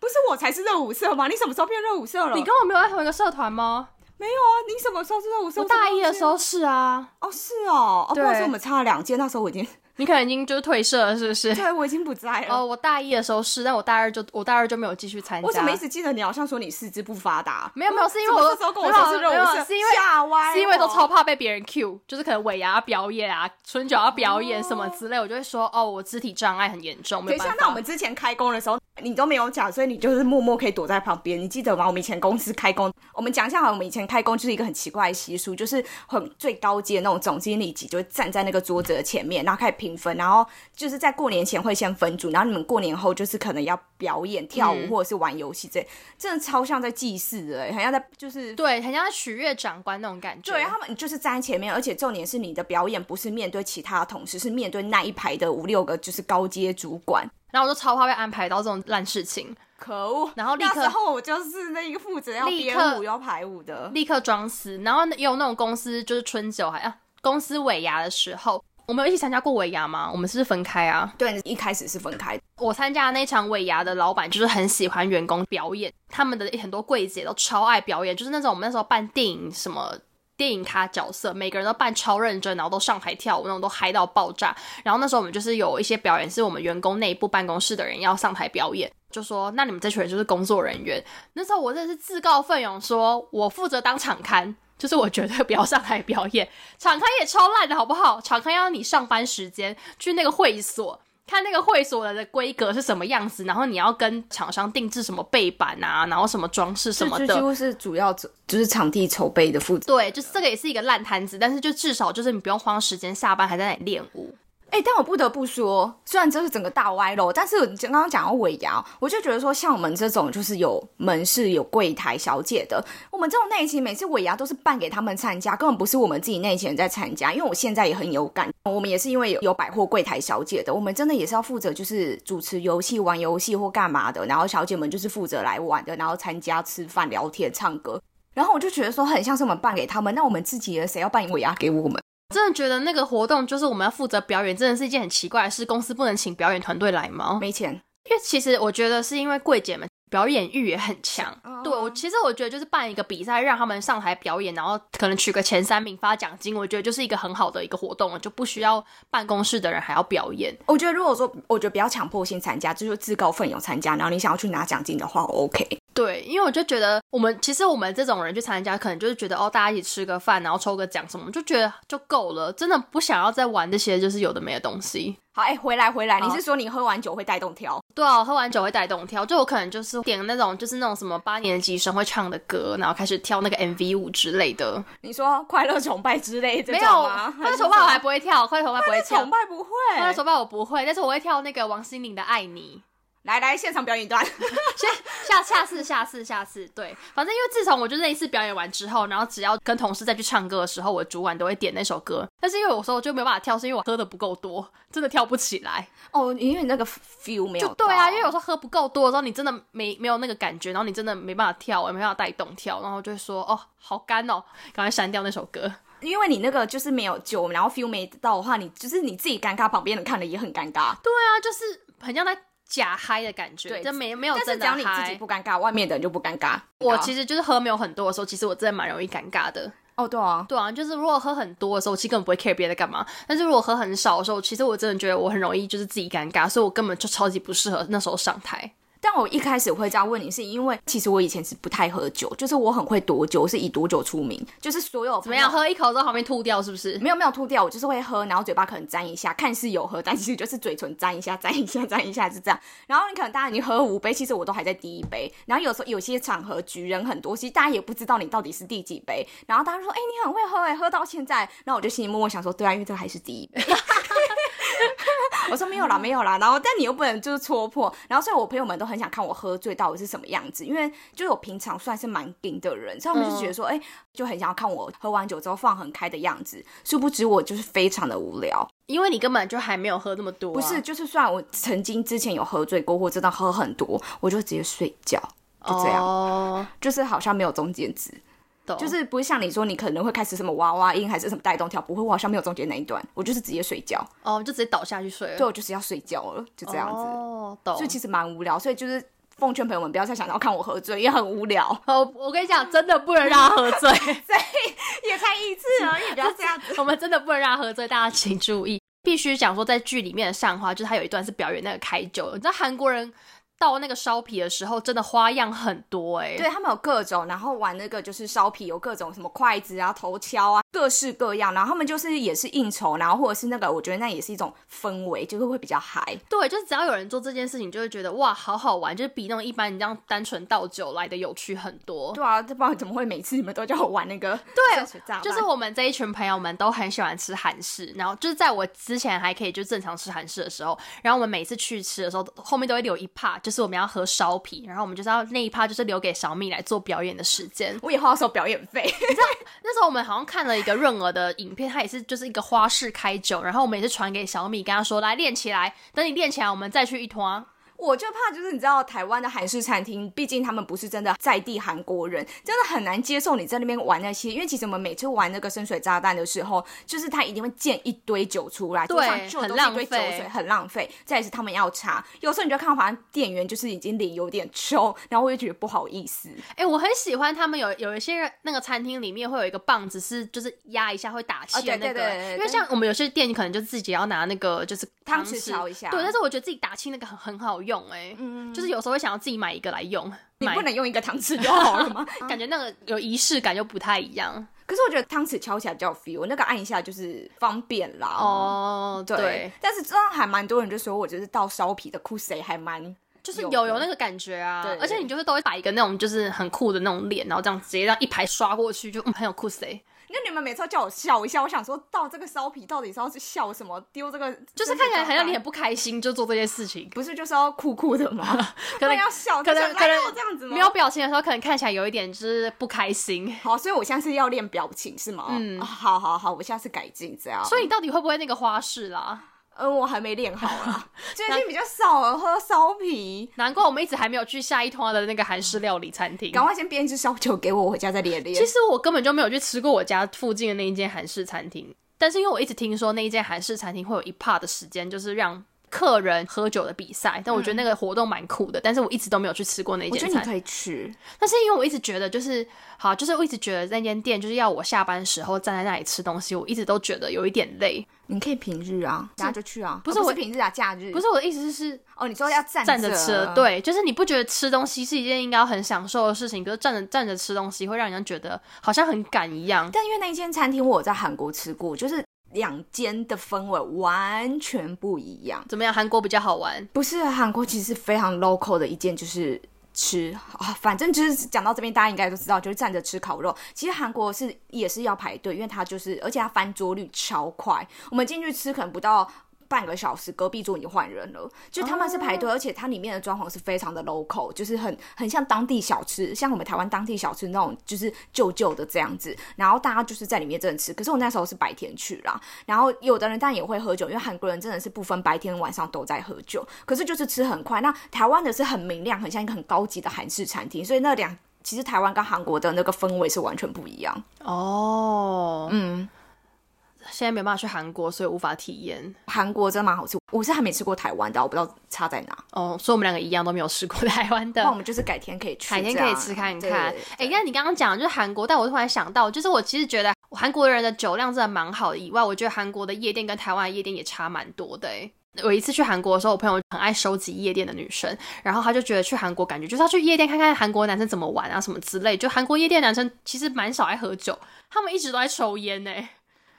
Speaker 2: 不是我才是热舞社吗？你什么时候变热舞社
Speaker 1: 到
Speaker 2: 了？
Speaker 1: 吗？你跟我没有在同一个社团吗？
Speaker 2: 没有啊？你什么时候是热舞社？
Speaker 1: 我大一的时
Speaker 2: 候
Speaker 1: 候是啊，
Speaker 2: 哦，是哦，哦，不
Speaker 1: 对
Speaker 2: 好意思，我们差了两届，那时候我
Speaker 1: (laughs)
Speaker 2: 已经
Speaker 1: 你可能已经就是退社了，是不是？
Speaker 2: 对我已经不在了。
Speaker 1: 哦，我大一的时候是，但我大二就我大二就没有继续参加。
Speaker 2: 我怎么一直记得你好像说你四肢不发达？哦
Speaker 1: 没有没有，是因为
Speaker 2: 什么
Speaker 1: 我
Speaker 2: 那时候跟
Speaker 1: 没
Speaker 2: 我
Speaker 1: 有
Speaker 2: 说是热
Speaker 1: 没有
Speaker 2: 舞社，
Speaker 1: 是因为
Speaker 2: 吓歪我，
Speaker 1: 是因为都超怕被别人 cue，就是可能尾牙表演啊、春酒要表演什么之类，我就会说哦，我肢体障碍很严重，没
Speaker 2: 等
Speaker 1: 有
Speaker 2: 一
Speaker 1: 办
Speaker 2: 下
Speaker 1: 法。，
Speaker 2: 那我们之前开工的时候，你都没有讲，所以你就是默默可以躲在旁边，你记得吗？我们以前公司开工，我们讲一下好了，我们以前开工就是一个很奇怪的习俗，就是很最高阶那种总经理级，就会站在那个桌子的前面，然后开始评分，然后就是在过年前会先分组，然后你们过年后就是可能要表演、跳
Speaker 1: 嗯
Speaker 2: 舞或者是玩游戏这，类，真的超像在祭祀的、欸，很像在就是。
Speaker 1: 对，很像在取悦长官那种感觉。
Speaker 2: 对他们，你就是站在前面，而且重点是你的表演不是面对其他的同事，是面对那一排的五六个就是高阶主管。
Speaker 1: 然后我就超怕被安排到这种烂事情，
Speaker 2: 可恶！
Speaker 1: 然哦后立刻
Speaker 2: 那时候我就是那一个负责要
Speaker 1: 立
Speaker 2: 编
Speaker 1: 刻
Speaker 2: 舞、要排舞的。
Speaker 1: 立刻装死。然后也有那种公司就是春酒还啊，公司尾牙的时候，我们有一起参加过尾牙吗？我们是不是分开啊？
Speaker 2: 对，一开始是分开的。
Speaker 1: 我参加的那场尾牙的老板就是很喜欢员工表演，他们的很多柜姐都超爱表演，就是那种我们那时候办电影什么。电影咖角色，每个人都扮超认真，然后都上台跳舞，那种都嗨到爆炸。然后那时候我们就是有一些表演，是我们员工内部办公室的人要上台表演，就说那你们这群人就是工作人员。那时候我真的是自告奋勇说我负责当场刊，就是我绝对不要上台表演。场刊也超烂的好不好？场刊要你上班时间去那个会所。看那个会所的规格是什么样子，然后你要跟厂商定制什么背板啊，然后什么装饰什么
Speaker 2: 就
Speaker 1: 的，
Speaker 2: 就几乎是主要就是场地筹备的负责。
Speaker 1: 对，就是这个也是一个烂摊子，但是就至少就是你不用花时间下班还在那里练舞。
Speaker 2: 哎、但我不得不说，虽然这是整个大歪楼，但是我刚刚讲到尾牙，我就觉得说，像我们这种就是有门市、有柜台小姐的，我们这种内勤每次尾牙都是办给他们参加，根本不是我们自己内勤人在参加。因为我现在也很有感，我们也是因为有有百货柜台小姐的，我们真的也是要负责就是主持游戏、玩游戏或干嘛的，然后小姐们就是负责来玩的，然后参加、吃饭、聊天、唱歌。然后我就觉得说，很像是我们办给他们，那我们自己的谁要办尾牙给我们？
Speaker 1: 真的觉得那个活动就是我们要负责表演，真的是一件很奇怪的事。公司不能请表演团队来吗？
Speaker 2: 没钱。
Speaker 1: 因为其实我觉得是因为柜姐们表演欲也很强。
Speaker 2: 哦
Speaker 1: 对我其实我觉得就是办一个比赛，让他们上台表演，然后可能取个前三名发奖金，我觉得就是一个很好的一个活动了，就不需要办公室的人还要表演。
Speaker 2: 我觉得如果说，我觉得不要强迫性参加，就是自告奋勇参加，然后你想要去拿奖金的话我，OK 我。
Speaker 1: 对，因为我就觉得我们其实我们这种人去参加，可能就是觉得哦，大家一起吃个饭，然后抽个奖什么，就觉得就够了，真的不想要再玩这些就是有的没的东西。
Speaker 2: 好，哎、回来回来，
Speaker 1: 好
Speaker 2: 你是说你喝完酒会带动跳？
Speaker 1: 对啊，我喝完酒会带动跳，就我可能就是点那种就是那种什么八年级生会唱的歌，然后开始跳那个 MV 舞之类的。
Speaker 2: 你说快乐崇拜之类这
Speaker 1: 没
Speaker 2: 种
Speaker 1: 有
Speaker 2: 吗？，
Speaker 1: 快乐
Speaker 2: 还是
Speaker 1: 崇拜我还
Speaker 2: 什么哎
Speaker 1: 不会跳，快乐崇拜不会跳
Speaker 2: 崇，拜不会。
Speaker 1: 快乐崇拜我不会，但是我会跳那个王心凌的《爱你
Speaker 2: 来来，现场表演一段。》。
Speaker 1: 下下次下次下次，对，反正因为自从我就那一次表演完之后，然后只要跟同事再去唱歌的时候，我主管都会点那首歌。但是因为有时候就没有办法跳，是因为我喝的不够多，真的跳不起来。
Speaker 2: 哦，因为你那个 feel 没有
Speaker 1: 就
Speaker 2: 到。
Speaker 1: 对啊，因为有时候喝不够多的时候，你真的没没有那个感觉，然后你真的没办法跳，也没办法带动跳，然后就会说哦，好干哦，赶快删掉那首歌。
Speaker 2: 因为你那个就是没有酒，然后 feel 没到的话，你就是你自己尴尬，旁边人看了也很尴尬。
Speaker 1: 对啊，就是很像在假嗨的感觉，
Speaker 2: 对
Speaker 1: 真没没有
Speaker 2: 但是
Speaker 1: 哦真
Speaker 2: 只
Speaker 1: 的
Speaker 2: 要
Speaker 1: 嗨。
Speaker 2: 你自己不尴尬，外面的人就不尴尬。啊
Speaker 1: 我
Speaker 2: 实
Speaker 1: 其实就是喝没有很多的时候，其实我真的蛮容易尴尬的。
Speaker 2: 哦，对啊，
Speaker 1: 对啊，就是如果喝很多的时候，我其实根本不会 care 别人在干嘛。但是如果喝很少的时候，其实我真的觉得我很容易就是自己尴尬，所以我根本就超级不适合那时候上台。
Speaker 2: 但我一开始会这样问你，是因为其实我以前是不太喝酒，就是我很会躲酒，是以躲酒出名，就是所有
Speaker 1: 怎
Speaker 2: 怎
Speaker 1: 么样？喝一口之后旁边吐掉是不是？
Speaker 2: 没有没有吐掉，我就是会喝，然后嘴巴可能沾一下，看似有喝，但其实就是嘴唇沾一下，沾一下，沾一下是这样。然后你可能大家已经喝五杯，其实我都还在第一杯。然后有时候有些场合局人很多，其实大家也不知道你到底是第几杯。然后大家就说：“哎、你很会喝哎、喝到现在。”然后我就心里默默想说：“对啊，因为这个还是第一杯。”我说没有啦，没有啦，然后但你又不能就是戳破，然后所以我朋友们都很想看我喝醉到底是什么样子，因为就是我平常算是蛮顶的人，所以他们就觉得说，哎、就很想要看我喝完酒之后放很开的样子。殊不知我就是非常的无聊，
Speaker 1: 因为你根本就还没有喝那么多啊、
Speaker 2: 不是，就是虽然我曾经之前有喝醉过，或真的喝很多，我就直接睡觉，就这样
Speaker 1: 哦，
Speaker 2: 就是好像没有中间值，
Speaker 1: 懂
Speaker 2: 就是不是像你说你可能会开始什么娃娃音还是什么带动跳，不会，我好像没有中间那一段，我就是直接睡觉，
Speaker 1: 哦，就直接倒下去睡了。
Speaker 2: 对，我就是要睡觉了，就这样子。
Speaker 1: 哦，懂，
Speaker 2: 所以。其实蛮无聊，所以就是奉劝朋友们不要再想要看我喝醉，也很无 (laughs) 聊
Speaker 1: 哦，我跟你讲，真的不能让他喝醉， (laughs)
Speaker 2: 也才一次而 (laughs) 已，不要这样子。
Speaker 1: 我们真的不能让他喝醉，大家请注意。必须讲说，在剧里面的上花，就是他有一段是表演那个开酒，你知道韩国人倒那个烧啤的时候，真的花样很多哎、
Speaker 2: 对他们有各种，然后玩那个就是烧皮，有各种什么筷子啊、头敲啊，各式各样。然后他们就是也是应酬，然后或者是那个，我觉得那也是一种氛围，就是会比较嗨。
Speaker 1: 对，就是只要有人做这件事情，就会觉得哇，好好玩，就是比那种一般你这样单纯倒酒来的有趣很多。
Speaker 2: 对啊，这不知道怎么会每次你们都叫我玩那个
Speaker 1: 对
Speaker 2: 水炸弹
Speaker 1: 就是我们这一群朋友们都很喜欢吃韩式，然后就是在我之前还可以就正常吃韩式的时候，然后我们每次去吃的时候，后面都会留一趴，就是我们要喝烧啤，然后我们就是要那一趴就是留给小米来做表演的时间。
Speaker 2: 我以后要收表演费。
Speaker 1: 那时候我们好像看了一个润儿的影片，它也是就是一个花式开酒，然后我们也是传给小米，跟他说来练起来，等你练起来我们再去一团。
Speaker 2: 我就怕就是你知道台湾的韩式餐厅，毕竟他们不是真的在地韩国人，真的很难接受你在那边玩那些。因为其实我们每次玩那个深水炸弹的时候，就是他一定会溅一堆酒出来，
Speaker 1: 对
Speaker 2: 桌上就都是
Speaker 1: 很浪
Speaker 2: 一堆酒水
Speaker 1: 费，
Speaker 2: 很浪费。再来是他们要查，有时候你就看到好像店员就是已经脸有点臭，然后我就觉得不好意思。
Speaker 1: 哎、我很喜欢他们有有一些人那个餐厅里面会有一个棒子，是就是压一下会打气的
Speaker 2: 哦对
Speaker 1: 那
Speaker 2: 对
Speaker 1: 个、
Speaker 2: 对对
Speaker 1: 因为像我们有些店可能就自己要拿那个就是
Speaker 2: 汤匙
Speaker 1: 匙
Speaker 2: 敲一下嗯
Speaker 1: 对，但是我觉得自己打气那个很很好用、哎、就是有时候会想要自己买一个来用，
Speaker 2: 你
Speaker 1: 买
Speaker 2: 不能用一个汤匙就好
Speaker 1: (laughs)
Speaker 2: 了吗？
Speaker 1: 感觉那个有仪式感又不太一样。
Speaker 2: 可是我觉得汤匙敲起来比较有 feel，那个按一下就是方便啦。
Speaker 1: 哦、
Speaker 2: 对，
Speaker 1: 对，
Speaker 2: 但是真的还蛮多人就说我就是到烧皮的酷谁还蛮
Speaker 1: 就是
Speaker 2: 有
Speaker 1: 有
Speaker 2: 的
Speaker 1: 有那个感觉啊
Speaker 2: 对，
Speaker 1: 而且你就是都会摆一个那种就是很酷的那种脸，然后这样直接让一排刷过去，就、嗯、很有酷谁，
Speaker 2: 那你们每次都叫我笑一下，我想说到这个烧皮到底是要去笑什么？丢这个
Speaker 1: 就是看起来很像你
Speaker 2: 脸，
Speaker 1: 很不开心，就做这些事情。
Speaker 2: 不是就是要酷酷的吗？
Speaker 1: (laughs)
Speaker 2: (laughs)
Speaker 1: 可能
Speaker 2: 要笑，
Speaker 1: 可能
Speaker 2: 就是
Speaker 1: 可能
Speaker 2: 来到这样子吗？
Speaker 1: 没有。表情的时候，可能看起来有一点就是不开心。
Speaker 2: 好，所以我下次要练表情是吗？嗯，好好好，我下次改进这样。
Speaker 1: 所以你到底会不会那个花式啦？
Speaker 2: 呃，我还没练好
Speaker 1: (laughs)
Speaker 2: 啊，最近比较少喝烧皮，
Speaker 1: 难怪我们一直还没有去下一通的那个韩式料理餐厅
Speaker 2: 赶。快先编一支烧酒给我，我回家再练练
Speaker 1: 其。实我根本就没有去吃过我家附近的那一间韩式餐厅，但是因为我一直听说那一间韩式餐厅会有一 part 的时间，就是让客人喝酒的比赛，但我觉得那个活动蛮酷的，但是我一直都没有去吃过那
Speaker 2: 嗯我觉
Speaker 1: 间
Speaker 2: 得
Speaker 1: 餐。
Speaker 2: 你可以去，
Speaker 1: 但是因为我一直觉得就是好，就是我一直觉得那间店就是要我下班时候站在那里吃东西，我一直都觉得有一点累。
Speaker 2: 你可以平日啊，大家就去啊，
Speaker 1: 不是
Speaker 2: 哦
Speaker 1: 我
Speaker 2: 平日啊，假日
Speaker 1: 不是我的意思是
Speaker 2: 哦，你说要站
Speaker 1: 站着嗯吃
Speaker 2: 着嗯
Speaker 1: 了，，对，就是你不觉得吃东西是一件应该要很享受的事情，可是站着站着吃东西会让人家觉得好像很赶一样。
Speaker 2: 但因为那间餐厅我有在韩国吃过，就是两间的氛围完全不一样。
Speaker 1: 怎么样，韩国比较好玩？
Speaker 2: 不是韩国其实非常 local 的一件就是。吃啊，反正就是讲到这边，大家应该都知道，就是站着吃烤肉。其实韩国是也是要排队，因为它就是，而且它翻桌率超快。我们进去吃可能不到半个小时，隔壁桌已经换人了。就他们是排队，而且它里面的装潢是非常的 local，就是很很像当地小吃，像我们台湾当地小吃那种，就是旧旧的这样子。然后大家就是在里面真的吃。可是我那时候是白天去啦，然后有的人但也会喝酒，因为韩国人真的是不分白天晚上都在喝酒，可是就是吃很快。那台湾的是很明亮，很像一个很高级的韩式餐厅，所以那两其实台湾跟韩国的那个氛围是完全不一样。
Speaker 1: 哦，
Speaker 2: 嗯，
Speaker 1: 现在没办法去韩国，所以无法体验。
Speaker 2: 韩国真的蛮好吃，我是还没吃过台湾的，我不知道差在哪。
Speaker 1: 哦，所以我们两个一样都没有吃过 (laughs) 台湾
Speaker 2: 那我
Speaker 1: 的。
Speaker 2: 们就是改嗯天可以去这
Speaker 1: 改
Speaker 2: 样，
Speaker 1: 天可以吃看
Speaker 2: 对
Speaker 1: 看。哎、
Speaker 2: 对
Speaker 1: 那你刚刚讲的就是韩国，但我突然想到，就是我其实觉得韩国人的酒量真的蛮好的。以外，我觉得韩国的夜店跟台湾的夜店也差蛮多的、欸。有一次去韩国的时候，我朋友很爱收集夜店的女生，然后他就觉得去韩国感觉就是要去夜店看看韩国男生怎么玩啊什么之类。就韩国夜店男生其实蛮少爱喝酒，他们一直都在抽烟呢、欸。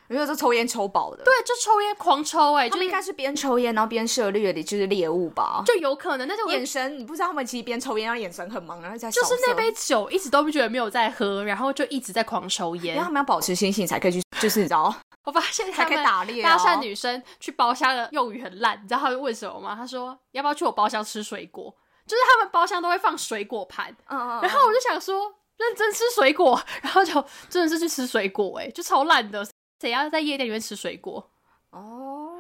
Speaker 2: 有时候抽烟抽饱的，
Speaker 1: 对，
Speaker 2: 对，
Speaker 1: 啊就抽烟狂抽哎、欸，
Speaker 2: 他
Speaker 1: 就
Speaker 2: 们
Speaker 1: 是
Speaker 2: 应该是边抽烟然后边涉猎的，就是猎物吧。
Speaker 1: 就有可能，但是我就
Speaker 2: 眼神，你不知道他们其实边抽烟，然后眼神很忙，然后在
Speaker 1: 就是
Speaker 2: 扫
Speaker 1: 那
Speaker 2: 射
Speaker 1: 杯酒一直都不觉得没有在喝，然后就一直在狂抽
Speaker 2: 因为
Speaker 1: 烟
Speaker 2: 他。们要保持清醒才可以去，就是你知道，
Speaker 1: 我发现
Speaker 2: 才
Speaker 1: 他
Speaker 2: 可以
Speaker 1: 们
Speaker 2: 打猎、哦。
Speaker 1: 搭讪女生去包厢的用语很烂，你知道他们问什么吗？他说要不要去我包厢吃水果？就是他们包厢都会放水果盘，
Speaker 2: 嗯，嗯，嗯
Speaker 1: 然后我就想说认真吃水果， (laughs) 然后就真的是去吃水果、欸，哎，就超烂的。谁要在夜店里面吃水果？
Speaker 2: 哦，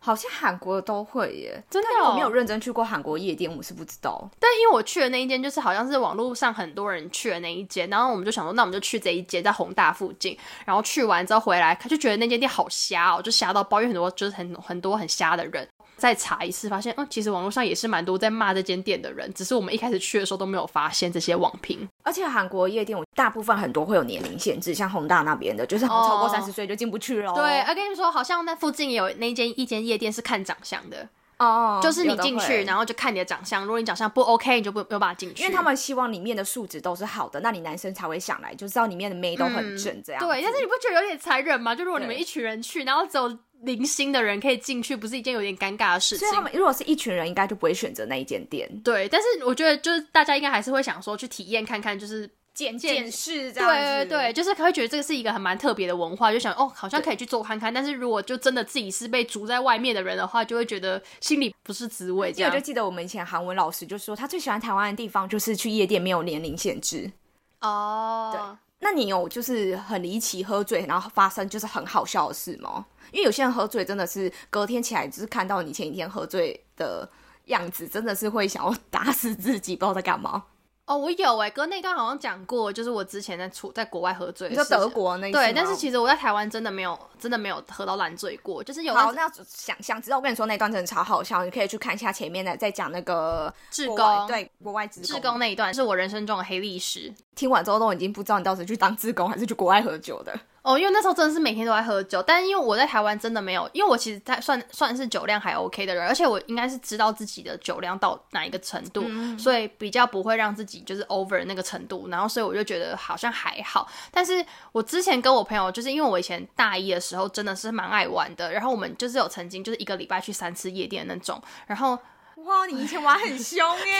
Speaker 2: 好像韩国都会耶，
Speaker 1: 真的
Speaker 2: 但因为我没
Speaker 1: 哦
Speaker 2: 有认真去过韩国夜店，我是不知道。
Speaker 1: 但因为我去的那一间，就是好像是网络上很多人去的那一间，然后我们就想说，那我们就去这一间，在宏大附近。然后去完之后回来，他就觉得那间店好瞎哦，就瞎到爆，因为很多就是很很多很瞎的人。再查一次，发现嗯，其实网络上也是蛮多在骂这间店的人，只是我们一开始去的时候都没有发现这些网评。
Speaker 2: 而且韩国夜店，我大部分很多会有年龄限制，像宏大那边的，就是好像超过
Speaker 1: 哦
Speaker 2: 三十岁就进不去喽。
Speaker 1: 对，啊，跟你们说，好像那附近也有那间一间夜店是看长相的，
Speaker 2: 哦，
Speaker 1: 就是你
Speaker 2: 有的
Speaker 1: 进去，
Speaker 2: 会
Speaker 1: 然后就看你的长相，如果你长相不 OK，你就不没有办法进去。
Speaker 2: 因为他们希望里面的素质都是好的，那你男生才会想来，就知道里面的妹都很正这样
Speaker 1: 嗯
Speaker 2: 子、
Speaker 1: 对，但是你不觉得有点残忍吗？就如果你们
Speaker 2: 对
Speaker 1: 一群人去，然后只有零星的人可以进去，不是一件有点尴尬的事情
Speaker 2: 所以？他们如果是一群人，应该就不会选择那一间店。
Speaker 1: 对，但是我觉得就是大家应该还是会想说去体验看看，就是
Speaker 2: 简
Speaker 1: 见
Speaker 2: 识这
Speaker 1: 对对对，就是会觉得这个是一个很蛮特别的文化，就想哦，好像可以去做看看。但是如果就真的自己是被逐在外面的人的话，就会觉得心里不是滋味。这
Speaker 2: 因为我就
Speaker 1: 样
Speaker 2: 记得我们以前韩文老师就说，他最喜欢台湾的地方就是去夜店没有年龄限制。
Speaker 1: 哦，
Speaker 2: 那你有就是很离奇喝醉，然后发生就是很好笑的事吗？因为有些人喝醉真的是隔天起来，就是看到你前一天喝醉的样子，真的是会想要打死自己，不知道在干嘛。
Speaker 1: 哦，我有哎、哥那段好像讲过，就是我之前在出在国外喝醉的
Speaker 2: 你
Speaker 1: 事
Speaker 2: 说
Speaker 1: 情，
Speaker 2: 德国那一次吗
Speaker 1: 对，但是其实我在台湾真的没有，真的没有喝到烂醉过，就是有那
Speaker 2: 好，那想想知道，我跟你说那段真的超好笑，你可以去看一下前面的在讲那个
Speaker 1: 志
Speaker 2: 国
Speaker 1: 工
Speaker 2: 外对国外职
Speaker 1: 志工那一段是我人生中的黑历史
Speaker 2: 听完之后都已经不知道你到底是去当志工还是去国外喝酒的。
Speaker 1: 哦，因为那时候真的是每天都在喝酒，但因为我在台湾真的没有，因为我其实在算算是酒量还 OK 的人，而且我应该是知道自己的酒量到哪一个程度，所以比较不会让自己就是 over 那个程度，然后所以我就觉得好像还好。但是我之前跟我朋友，就是因为我以前大一的时候真的是蛮爱玩的，然后我们就是有曾经就是一个礼拜去三次夜店那种，然后
Speaker 2: 哇，你以前玩很凶
Speaker 1: (laughs)
Speaker 2: 耶、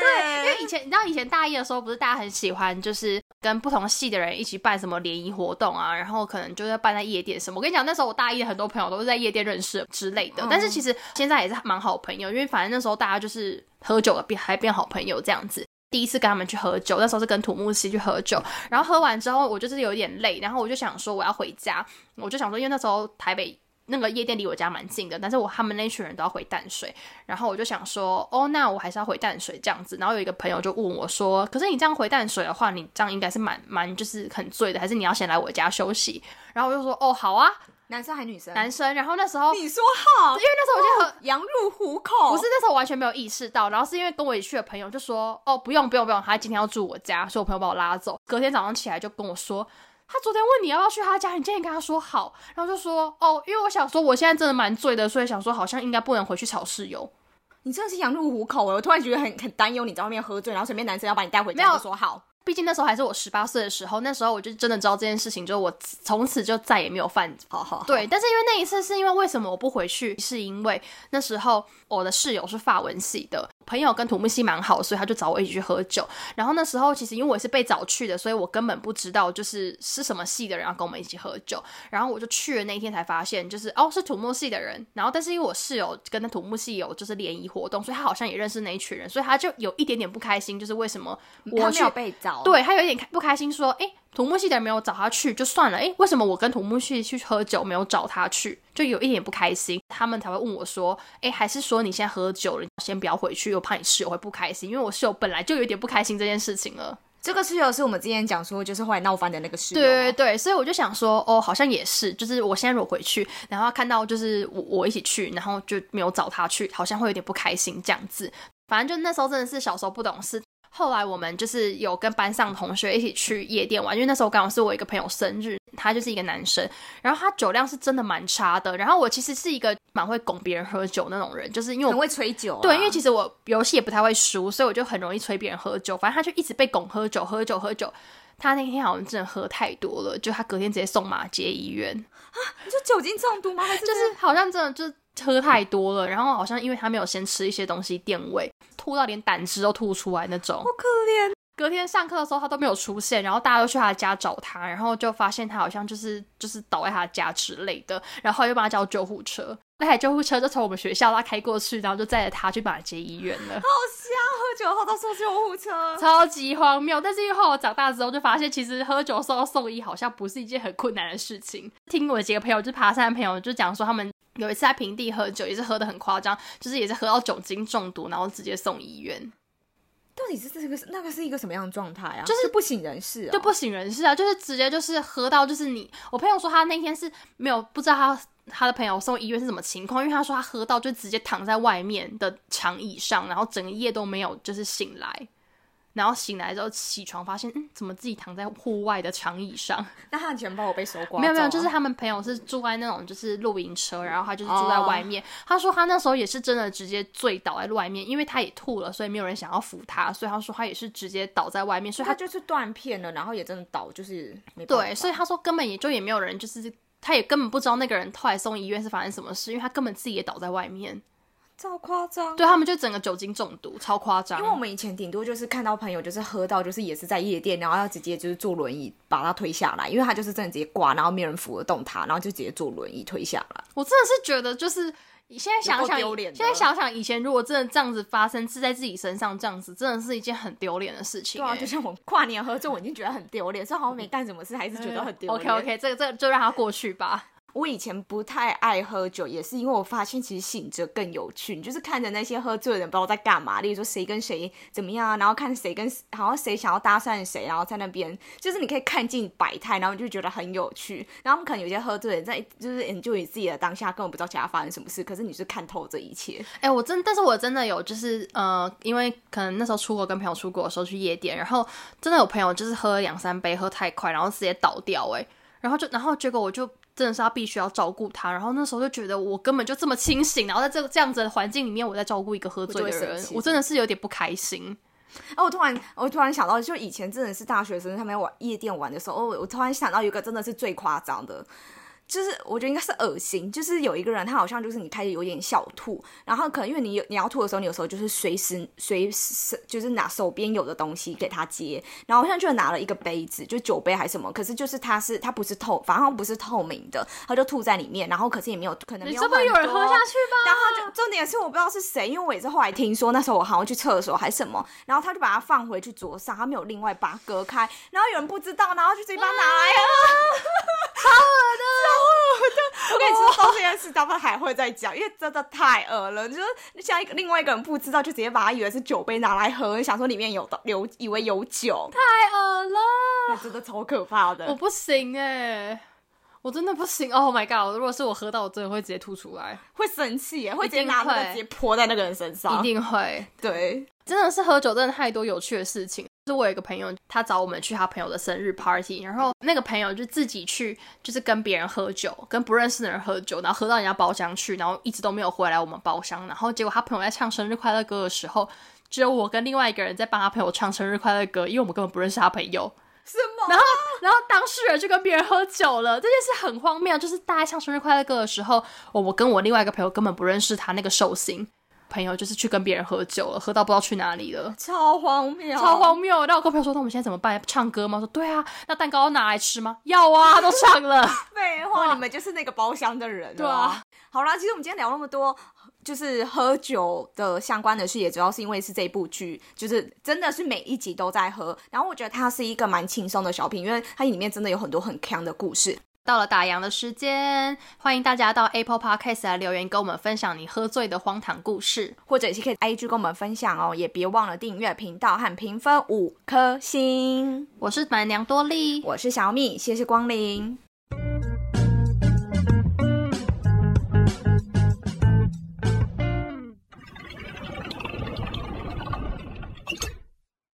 Speaker 2: 对，
Speaker 1: 因为以前你知道，以前大一的时候，不是大家很喜欢就是跟不同系的人一起办什么联谊活动啊，然后可能就是办在夜店什么。我跟你讲，那时候我大一的很多朋友都是在夜店认识的之类的，但是其实现在也是蛮好朋友，因为反正那时候大家就是喝酒了变还变好朋友这样子。第一次跟他们去喝酒，那时候是跟土木西去喝酒，然后喝完之后我就是有点累，然后我就想说我要回家，我就想说，因为那时候台北那个夜店离我家蛮近的，但是我他们那群人都要回淡水，然后我就想说，哦，那我还是要回淡水这样子。然后有一个朋友就问我说，可是你这样回淡水的话，你这样应该是蛮蛮就是很醉的，还是你要先来我家休息？然后我就说，哦，好啊，
Speaker 2: 男生还女生？
Speaker 1: 男生。然后那时候，因为
Speaker 2: 你说好，
Speaker 1: 那时候我就很。
Speaker 2: 羊入虎口。
Speaker 1: 不是，那时候我完全没有意识到，然后是因为跟我一起去的朋友就说，哦，不用不用不用，他今天要住我家，所以我朋友把我拉走。隔天早上起来就跟我说，他昨天问你要不要去他家，你今天跟他说好，然后就说，哦，因为我想说我现在真的蛮醉的，所以想说好像应该不能回去吵室友。
Speaker 2: 你真的是羊入虎口欸我突然觉得很很担忧，你在外面喝醉，然后随便男生要把你带回
Speaker 1: 没
Speaker 2: 家，
Speaker 1: 有
Speaker 2: 我说好，
Speaker 1: 毕竟那时候还是我十八岁的时候，那时候我就真的知道这件事情，就我从此就再也没有犯
Speaker 2: 好好好
Speaker 1: 对，但是因为那一次是因为为什么我不回去，是因为那时候我的室友是法文系的，朋友跟土木系蛮好，所以他就找我一起去喝酒。然后那时候其实因为我是被找去的，所以我根本不知道就是是什么系的人要跟我们一起喝酒。然后我就去了那一天才发现，就是哦是土木系的人。然后但是因为我室友跟那土木系有就是联谊活动，所以他好像也认识那一群人，所以他就有一点点不开心，就是为什么我
Speaker 2: 他没
Speaker 1: 去
Speaker 2: 有被找，，
Speaker 1: 对他有一点开不开心，说：“哎、土木系的人没有找他去，就算了。哎、为什么我跟土木系去喝酒没有找他去？就有一点不开心，他们才会问我说：哎、还是说你现在喝酒了，先不要回去，我怕你室友会不开心，因为我室友本来就有一点不开心这件事情了。
Speaker 2: 这个室友是我们之前讲说就是后来闹翻的那个室友，
Speaker 1: 对对，对，所以我就想说，哦，好像也是，就是我现在如果回去，然后看到就是我我一起去，然后就没有找他去，好像会有点不开心这样子。反正就那时候真的是小时候不懂事。后来我们就是有跟班上同学一起去夜店玩，因为那时候刚好是我一个朋友生日，他就是一个男生，然后他酒量是真的蛮差的。然后我其实是一个蛮会拱别人喝酒那种人，就是因为我
Speaker 2: 很会吹酒啊、
Speaker 1: 对，因为其实我游戏也不太会输，所以我就很容易催别人喝酒。反正他就一直被拱喝酒，喝酒，喝酒。他那天好像真的喝太多了，就他隔天直接送马街医院，
Speaker 2: 你说酒精中毒吗？还是
Speaker 1: 就是好像真的就是喝太多了，然后好像因为他没有先吃一些东西垫胃，吐到连胆汁都吐出来那种
Speaker 2: 好。可怜，
Speaker 1: 隔天上课的时候他都没有出现，然后大家都去他家找他，然后就发现他好像就是就是倒在他家之类的，然后又帮他叫救护车，那台救护车就从我们学校拉开过去，然后就载着他去马街医院了。
Speaker 2: 好香，喝酒后都送救
Speaker 1: (laughs)
Speaker 2: 护车，
Speaker 1: 超级荒谬。但是因为后来我长大之后，就发现其实喝酒送到送医好像不是一件很困难的事情。听我几个朋友，就是爬山的朋友，就讲说他们有一次在平地喝酒，也是喝的很夸张，就是也是喝到酒精中毒，然后直接送医院，
Speaker 2: 到底是这个是那个是一个什么样的状态啊？
Speaker 1: 就是
Speaker 2: 是不省人事啊、
Speaker 1: 就不省人事啊！就是直接就是喝到就是你，我朋友说他那天是没有不知道他。他的朋友送医院是什么情况？因为他说他喝到就直接躺在外面的长椅上，然后整个夜都没有就是醒来，然后醒来之后起床发现，嗯，怎么自己躺在户外的长椅上？
Speaker 2: 那他的钱包我被搜刮、啊
Speaker 1: 没有没有，就是。他们朋友是住在那种就是露营车，然后他就是住在外面。他说他那时候也是真的直接醉倒在外面，因为他也吐了，所以没有人想要扶他，所以他说他也是直接倒在外面，所以
Speaker 2: 他
Speaker 1: 他
Speaker 2: 就是断片了，然后也真的倒，就是没办法
Speaker 1: 对，所以他说根本也就也没有人，就是他也根本不知道那个人后来送医院是发生什么事，因为他根本自己也倒在外面。
Speaker 2: 超夸张。
Speaker 1: 对他们就整个酒精中毒，超夸张。
Speaker 2: 因为我们以前顶多就是看到朋友就是喝到，就是也是在夜店，然后要直接就是坐轮椅把他推下来，因为他就是真的直接挂，然后没有人扶得动他，然后就直接坐轮椅推下来。
Speaker 1: 我真的是觉得，就是现在想
Speaker 2: 有够
Speaker 1: 想，
Speaker 2: 丢脸的
Speaker 1: 现在想想以前如果真的这样子发生是在自己身上，这样子真的是一件很丢脸的事情、
Speaker 2: 对啊，
Speaker 1: 欸
Speaker 2: 就像我跨年喝醉，我已经觉得很丢脸，虽然好像没干什么事，还是觉得很丢
Speaker 1: OK
Speaker 2: 脸。
Speaker 1: OK，这个这个就让它过去吧。
Speaker 2: 我以前不太爱喝酒，也是因为我发现其实醒着更有趣。你就是看着那些喝醉的人不知道在干嘛，例如说谁跟谁怎么样啊，然后看谁跟好像谁想要搭讪谁，然后在那边就是你可以看尽百态，然后你就觉得很有趣。然后他们可能有些喝醉的人在就是研究你自己的当下，根本不知道其他发生什么事，可是你是看透这一切。
Speaker 1: 哎、我真，但是我真的有，就是呃，因为可能那时候出国跟朋友出国的时候去夜店，然后真的有朋友就是喝两三杯，喝太快，然后直接倒掉、哎，然后就然后结果我就真的是要必须要照顾他，然后那时候就觉得我根本就这么清醒，然后在这个这样子的环境里面，我在照顾一个喝醉的
Speaker 2: 我就会
Speaker 1: 人
Speaker 2: 生，气
Speaker 1: 我真的是有点不开心。
Speaker 2: 哦，我突然，我突然想到，就以前真的是大学生他们玩夜店玩的时候，哦，我突然想到有一个真的是最夸张的，就是我觉得应该是恶心，就是有一个人他好像就是你开始有点小吐，然后可能因为你有你要吐的时候，你有时候就是随时随时就是拿手边有的东西给他接，然后我现在就拿了一个杯子，就酒杯还是什么，可是就是它是它不是透，反正好像不是透明的，他就吐在里面，然后可是也没有可能没
Speaker 1: 你
Speaker 2: 有
Speaker 1: 是不是有人
Speaker 2: 很
Speaker 1: 喝
Speaker 2: 多
Speaker 1: 下去吧？
Speaker 2: 然后就重点是我不知道是谁，因为我也是后来听说，那时候我好像去厕所还是什么，然后他就把它放回去桌上，他没有另外把它隔开，然后有
Speaker 1: 啊
Speaker 2: (laughs) 人不知道，然后就直接把它拿来了，超恶的，超恶的！我跟你说，后这件事他们还会再讲，因为真的太饿了。你就是像一个另外一个人不知道，就直接把他以为是酒杯拿来喝，想说里面有的有以为有酒，
Speaker 1: 太恶了，
Speaker 2: 那真的超可怕
Speaker 1: 我
Speaker 2: 的。
Speaker 1: 不行哎、我真的不行！Oh my god！如果是我喝到，我真的会直接吐出来，
Speaker 2: 会生气耶，会直
Speaker 1: 一
Speaker 2: 接
Speaker 1: 定
Speaker 2: 拿那
Speaker 1: 会
Speaker 2: 个直接泼在那个人身上。
Speaker 1: 一定会。
Speaker 2: 对，
Speaker 1: 真的是喝酒，真的太多有趣的事情。就是我有一个朋友，他找我们去他朋友的生日 party，然后那个朋友就自己去，就是跟别人喝酒，跟不认识的人喝酒，然后喝到人家包厢去，然后一直都没有回来我们包厢。然后结果他朋友在唱生日快乐歌的时候，只有我跟另外一个人在帮他朋友唱生日快乐歌，因为我们根本不认识他朋友。
Speaker 2: 什么？
Speaker 1: 然后，然后当事人就跟别人喝酒了，这件事很荒谬。就是大家唱生日快乐歌的时候，我我跟我另外一个朋友根本不认识他那个寿星朋友，就是去跟别人喝酒了，喝到不知道去哪里了。
Speaker 2: 超荒谬，
Speaker 1: 超荒谬！那我跟朋友说，那我们现在怎么办？唱歌吗？我说对啊，那蛋糕要拿来吃吗？要啊，都唱了。
Speaker 2: 废话，你们就是那个包厢的人、
Speaker 1: 对啊。
Speaker 2: 好啦，其实我们今天聊那么多，就是喝酒的相关的事，也主要是因为是这部剧，就是真的是每一集都在喝。然后我觉得它是一个蛮轻松的小品，因为它里面真的有很多很强的故事。
Speaker 1: (laughs) 到了打烊的时间，欢迎大家到 Apple Podcast 来留言，跟我们分享你喝醉的荒唐故事。
Speaker 2: 或者也是可以 IG 跟我们分享哦，也别忘了订阅频道和评分五颗星。
Speaker 1: 我是板娘多莉，
Speaker 2: 我是小米，谢谢光临。